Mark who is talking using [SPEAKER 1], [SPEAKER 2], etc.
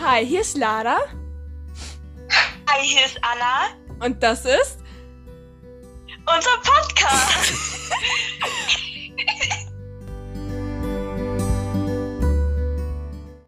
[SPEAKER 1] Hi, hier ist Lara.
[SPEAKER 2] Hi, hier ist Anna.
[SPEAKER 1] Und das ist
[SPEAKER 2] Unser Podcast.